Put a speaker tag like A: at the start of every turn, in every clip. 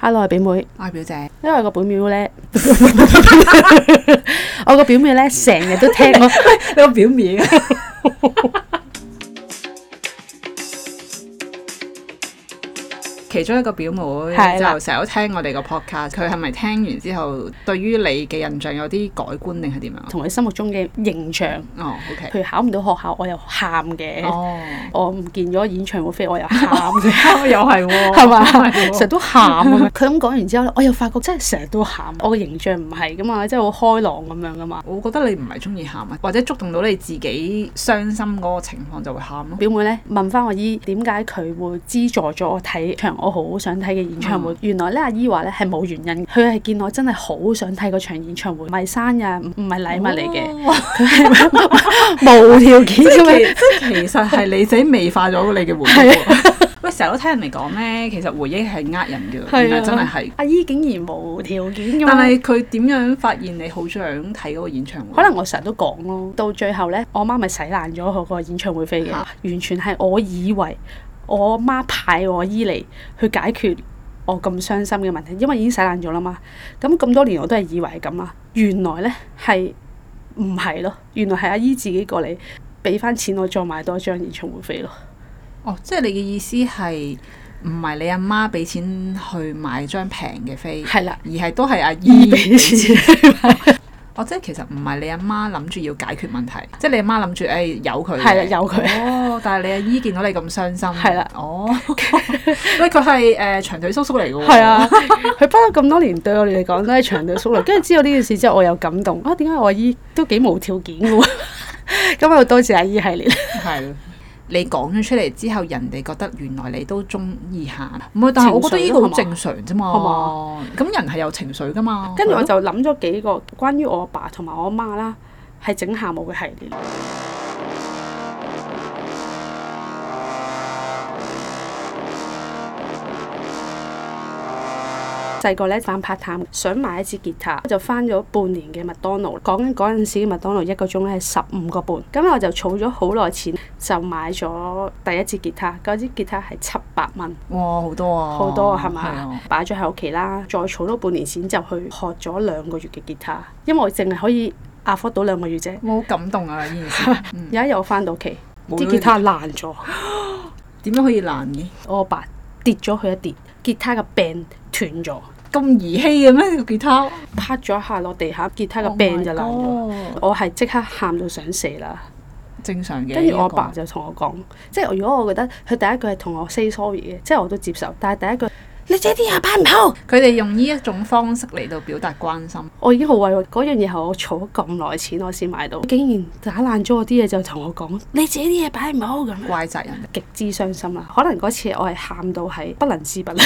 A: 嗌落去俾妹，
B: 我係表姐，
A: 因為個表妹 咧，我個表妹咧成日都聽我。
B: 你個表 面其中一個表妹
A: 係啦
B: 就成日都聽我哋個 podcast，佢係咪聽完之後對於你嘅印象有啲改觀定係點樣？
A: 同佢心目中嘅形象，
B: 哦，OK，
A: 譬如考唔到學校，我又喊嘅；
B: 哦，
A: 我唔見咗演唱會飛，我又喊嘅，
B: 又係喎，
A: 係嘛
B: 哦係？喎
A: 成日都喊咁樣。佢咁講完之後咧，我又發覺真係成日都喊。我嘅形象唔係噶嘛，即係好開朗咁樣噶嘛。
B: 我覺得你唔係中意喊啊，或者觸動到你自己傷心嗰個情況就會喊咯。
A: 表妹咧問翻我姨點解佢會資助咗我睇場我好想睇嘅演唱
B: 嗯
A: 會，原來咧阿姨話咧係冇原因，佢係見我真係好想睇嗰場演唱會，唔係生日，唔唔係禮物嚟嘅，
B: 哦
A: 無條件
B: 即
A: 咁
B: 係
A: 樣。
B: 其即係其實係你自己美化咗你嘅回憶喎。 喂，成日都聽人哋講咧，其實回憶係呃人
A: 啊係啊
B: 嘅，原來真係係。
A: 阿姨竟然無條件咁樣。
B: 但係佢點樣發現你好想睇嗰個演唱會？
A: 可能我成日都講咯，到最後呢，我媽咪洗爛咗佢個演唱會飛嘅，
B: 嚇
A: 完全係我以為我媽派我姨嚟去解決我咁傷心嘅問題，因為已經洗爛咗啦嘛。咁咁多年我都係以為係咁啦，原來呢係唔係咯？原來係阿姨自己過嚟俾翻錢我，再買多張演唱會飛咯。
B: 哦，即係你嘅意思係唔係你阿媽俾錢去買張平嘅飛，
A: 係啦，
B: 而係都係阿
A: 姨
B: 姨
A: 俾錢。
B: 哦，即係其實唔係你阿媽諗住要解決問題，即係你阿媽諗住誒由佢嘅，
A: 係啦由佢
B: 哦，但係你阿姨見到你咁傷心，
A: 係啦
B: 哦，喂，佢係誒長腿叔叔嚟嘅喎，
A: 係啊，佢不嬲咁多年對我哋嚟講都係長腿叔嚟，跟住知道呢件事之後，我有感動啊！點解我阿姨都幾無條件嘅喎？ 咁又多謝阿姨系列，
B: 係咯。你講咗出嚟之後，人哋覺得原來你都中意喊，唔係，但係我覺得呢個好正常啫
A: 係
B: 嘛
A: 嘛。
B: 咁人係有情緒噶嘛。
A: 跟住我
B: 係咯
A: 就諗咗幾個關於我阿爸同埋我阿媽啦，係整喊我嘅系列。細個咧翻 part time，想買一支吉他，就翻咗半年嘅麥當勞。講緊嗰陣時嘅麥當勞一個鐘咧係十五個半，咁我就儲咗好耐錢，就買咗第一支吉他。嗰支吉他係七百蚊，
B: 哇，好多啊，
A: 好多啊係
B: 係啊
A: 嘛？擺咗喺屋企啦，再儲多半年錢就去學咗兩個月嘅吉他，因為我淨係可以 afford 到兩個月啫。
B: 我好感動啊！呢 件事，嗯
A: 有一日我翻到屋企，
B: 冇
A: 啲
B: 咗
A: 吉他爛咗，
B: 點樣可以爛嘅？
A: 我阿爸跌咗佢一跌，吉他嘅柄斷咗，
B: 咁兒戲嘅咩？個吉他
A: 啪咗一下落地下，吉他嘅柄就爛咗。
B: Oh my god，
A: 我係即刻喊到想死啦！
B: 正常嘅。
A: 跟住我阿
B: 呢個
A: 爸就同我講，即係如果我覺得佢第一句係同我 say sorry 嘅，即係我都接受。但係第一句你借啲嘢擺唔好，
B: 佢哋用呢一種方式嚟到表達關心，
A: 我已經好委屈。嗰樣嘢係我儲咗咁耐錢我先買到，竟然打爛咗我啲嘢就同我講你借啲嘢擺唔好咁樣，
B: 怪責人，
A: 極之傷心啦。可能嗰次我係喊到係 不能自拔啦。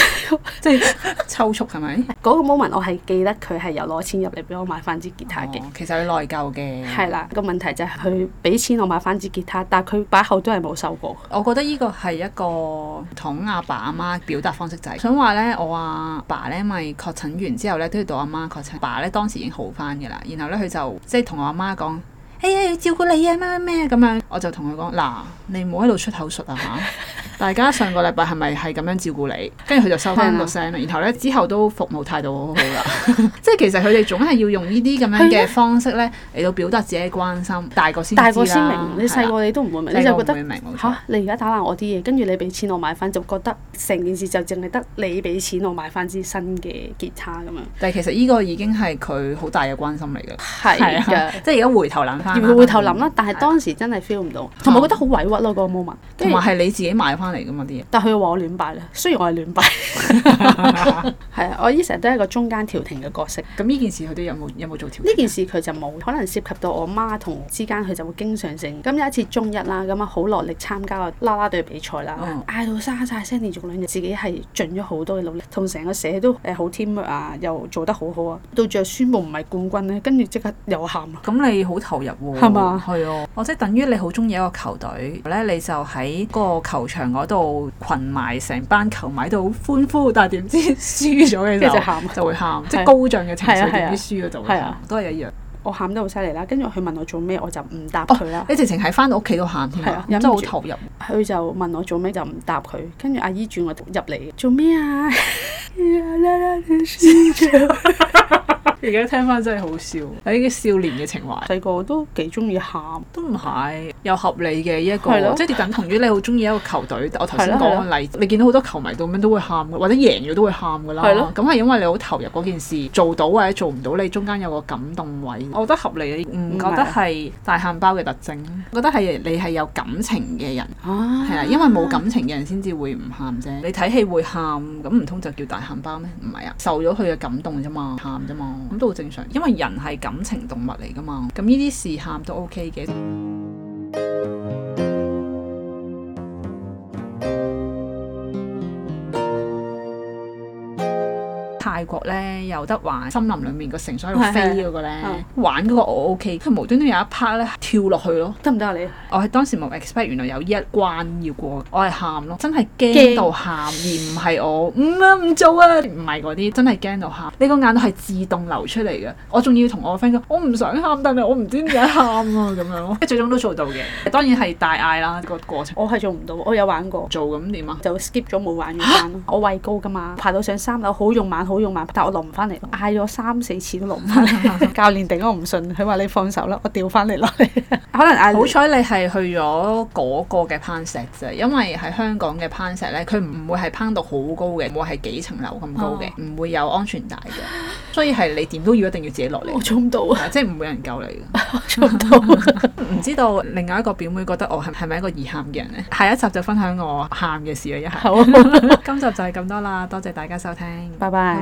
B: 即係抽搐係咪？
A: 嗰個 moment 我係記得佢係有攞錢入嚟俾我買翻支吉他嘅。
B: 哦其實佢內疚嘅。
A: 係啦，個問題就係佢俾錢我買翻支吉他，但係佢把口都係冇收過。
B: 我覺得呢個係一個同阿爸阿媽表達方式就係想話呢，我阿爸呢咪確診完之後呢，都要到阿媽確診，爸呢當時已經好翻嘅啦。然後呢，佢就即係同我阿媽講：哎呀，要照顧你啊，咩咩咩咁樣。我就同佢講：嗱，你唔好喺度出口術啊嚇！大家上個禮拜係咪係咁樣照顧你？跟住佢就收翻個聲啦。然後呢，之後都服務態度好好 啦。即係其實佢哋總係要用呢啲咁樣
A: 係
B: 嘅方式呢嚟到表達自己嘅關心。大個先知啦
A: 大個先明，你細
B: 係啦
A: 個你都唔會明，你
B: 細
A: 就
B: 個
A: 覺
B: 唔會
A: 得
B: 明冇錯
A: 吓，你而家打爛我啲嘢，跟住你俾錢我買翻，就覺得成件事就淨係得你俾錢我買翻支新嘅吉他咁樣。
B: 但係其實呢個已經係佢好大嘅關心嚟㗎，
A: 係
B: 啊
A: 嘅，
B: 即係而家回頭諗翻，
A: 要回頭諗啦，啊但係當時真係 feel 唔到，同埋覺得好委屈咯嗰個 moment。跟
B: 同
A: 住
B: 埋，係你自己買翻嚟㗎嘛啲嘢。
A: 但佢又話我亂擺啦， 雖然我係亂擺， 係啊，我依成日都係一個中間調停嘅角色。
B: 咁呢件事佢都有冇有冇做調
A: 呢件事佢就冇，可能涉及到我媽同我之間，佢就會經常性。咁有一次中一啦，咁啊好落力參加個啦啦隊比賽啦
B: 嗯，
A: 嗌到沙晒聲，連續兩日自己係盡咗好多嘅努力，同成個社都誒好 team 啊，又做得好好啊。到最後宣佈唔係冠軍咧，跟住即刻又喊啦。
B: 咁你好投入喎，
A: 係嘛
B: 係啊，我即係等於你好中意一個球隊，咧你就喺個球場嗰度群埋成班球迷喺度歡呼，但係 點知輸咗嘅
A: 跟
B: 時
A: 住就
B: 候
A: 喊
B: 就會喊，即
A: 係
B: 係
A: 啊
B: 高漲嘅情
A: 係啊
B: 緒
A: 係啊
B: 點知輸咗就
A: 係
B: 會喊
A: 啊，
B: 都係一樣。
A: 我喊得好犀利啦，跟住佢問我做咩，我就唔答佢啦。
B: 你直情係翻到屋企都喊添
A: 係啊
B: 啊，咁
A: 忍
B: 真
A: 唔
B: 係好
A: 住
B: 投入。
A: 佢就問我做咩就唔答佢，跟住阿姨轉我入嚟做咩啊？啦啦
B: 而家聽翻真係好笑，係呢個少年嘅情懷，
A: 細個都幾中意喊，
B: 都唔係又合理嘅一
A: 係
B: 個，
A: 咯
B: 即係等同於你好中意一個球隊。我頭先
A: 係咯
B: 講個例子，你見到好多球迷到咁樣都會喊嘅，或者贏咗都會喊㗎啦。
A: 係咯
B: 咁係因為你好投入嗰件事，做到或者做唔到，你中間有個感動位，我覺得合理，唔覺得係大喊包嘅特徵，覺得係你係有感情嘅人。
A: 啊
B: 係啊，因為冇感情嘅人先至會唔喊啫。你睇戲會喊，咁唔通就叫大喊包咩？唔係啊，受咗佢嘅感動啫嘛，喊啫嘛，咁都好正常。因為人係感情動物嚟噶嘛，咁呢啲事喊都 OK 嘅。泰國咧有得玩森林裏面個繩索喺度
A: 係啊係
B: 飛嗰個咧，玩嗰個我 OK，佢無端端有一 part 咧跳落去咯。
A: 得唔得啊你？
B: 我係當時冇 expect 原來有呢一關要過，我係喊咯，真係
A: 驚
B: 驚到喊，而唔係我唔啊唔做啊，唔係嗰啲，真係驚到喊。你個眼淚係自動流出嚟嘅，我仲要同我 friend 講，我唔想喊，但係我唔知點解喊啊咁樣咯。 最終都做到嘅，當然係大嗌啦個過程。
A: 我係做唔到，我有玩過。
B: 做咁點啊？
A: 就 skip 咗冇玩嗰關咯。我畏高噶嘛，爬到上三樓好用猛好用猛，但我落唔翻嚟，嗌咗三四次都落唔翻 嚟。教練頂我唔順，佢話你放手啦，我掉翻嚟落嚟。可能嗌
B: 好彩你係去咗嗰個嘅攀石啫，因為喺香港嘅攀石咧，佢唔會係攀到好高嘅，唔會係幾層樓咁高嘅
A: 哦，
B: 唔、會有安全帶嘅，所以係你點都要一定要自己落嚟
A: 我。 做唔到啊，
B: 即係唔會有人救你嘅。
A: 我做唔 到。
B: 唔知道另外一個表妹覺得我係係咪一個易喊嘅人呢？下一集就分享 我喊嘅事啦，一係。
A: 好啊，
B: 今集就係咁多啦，多謝大家收聽，
A: 拜拜。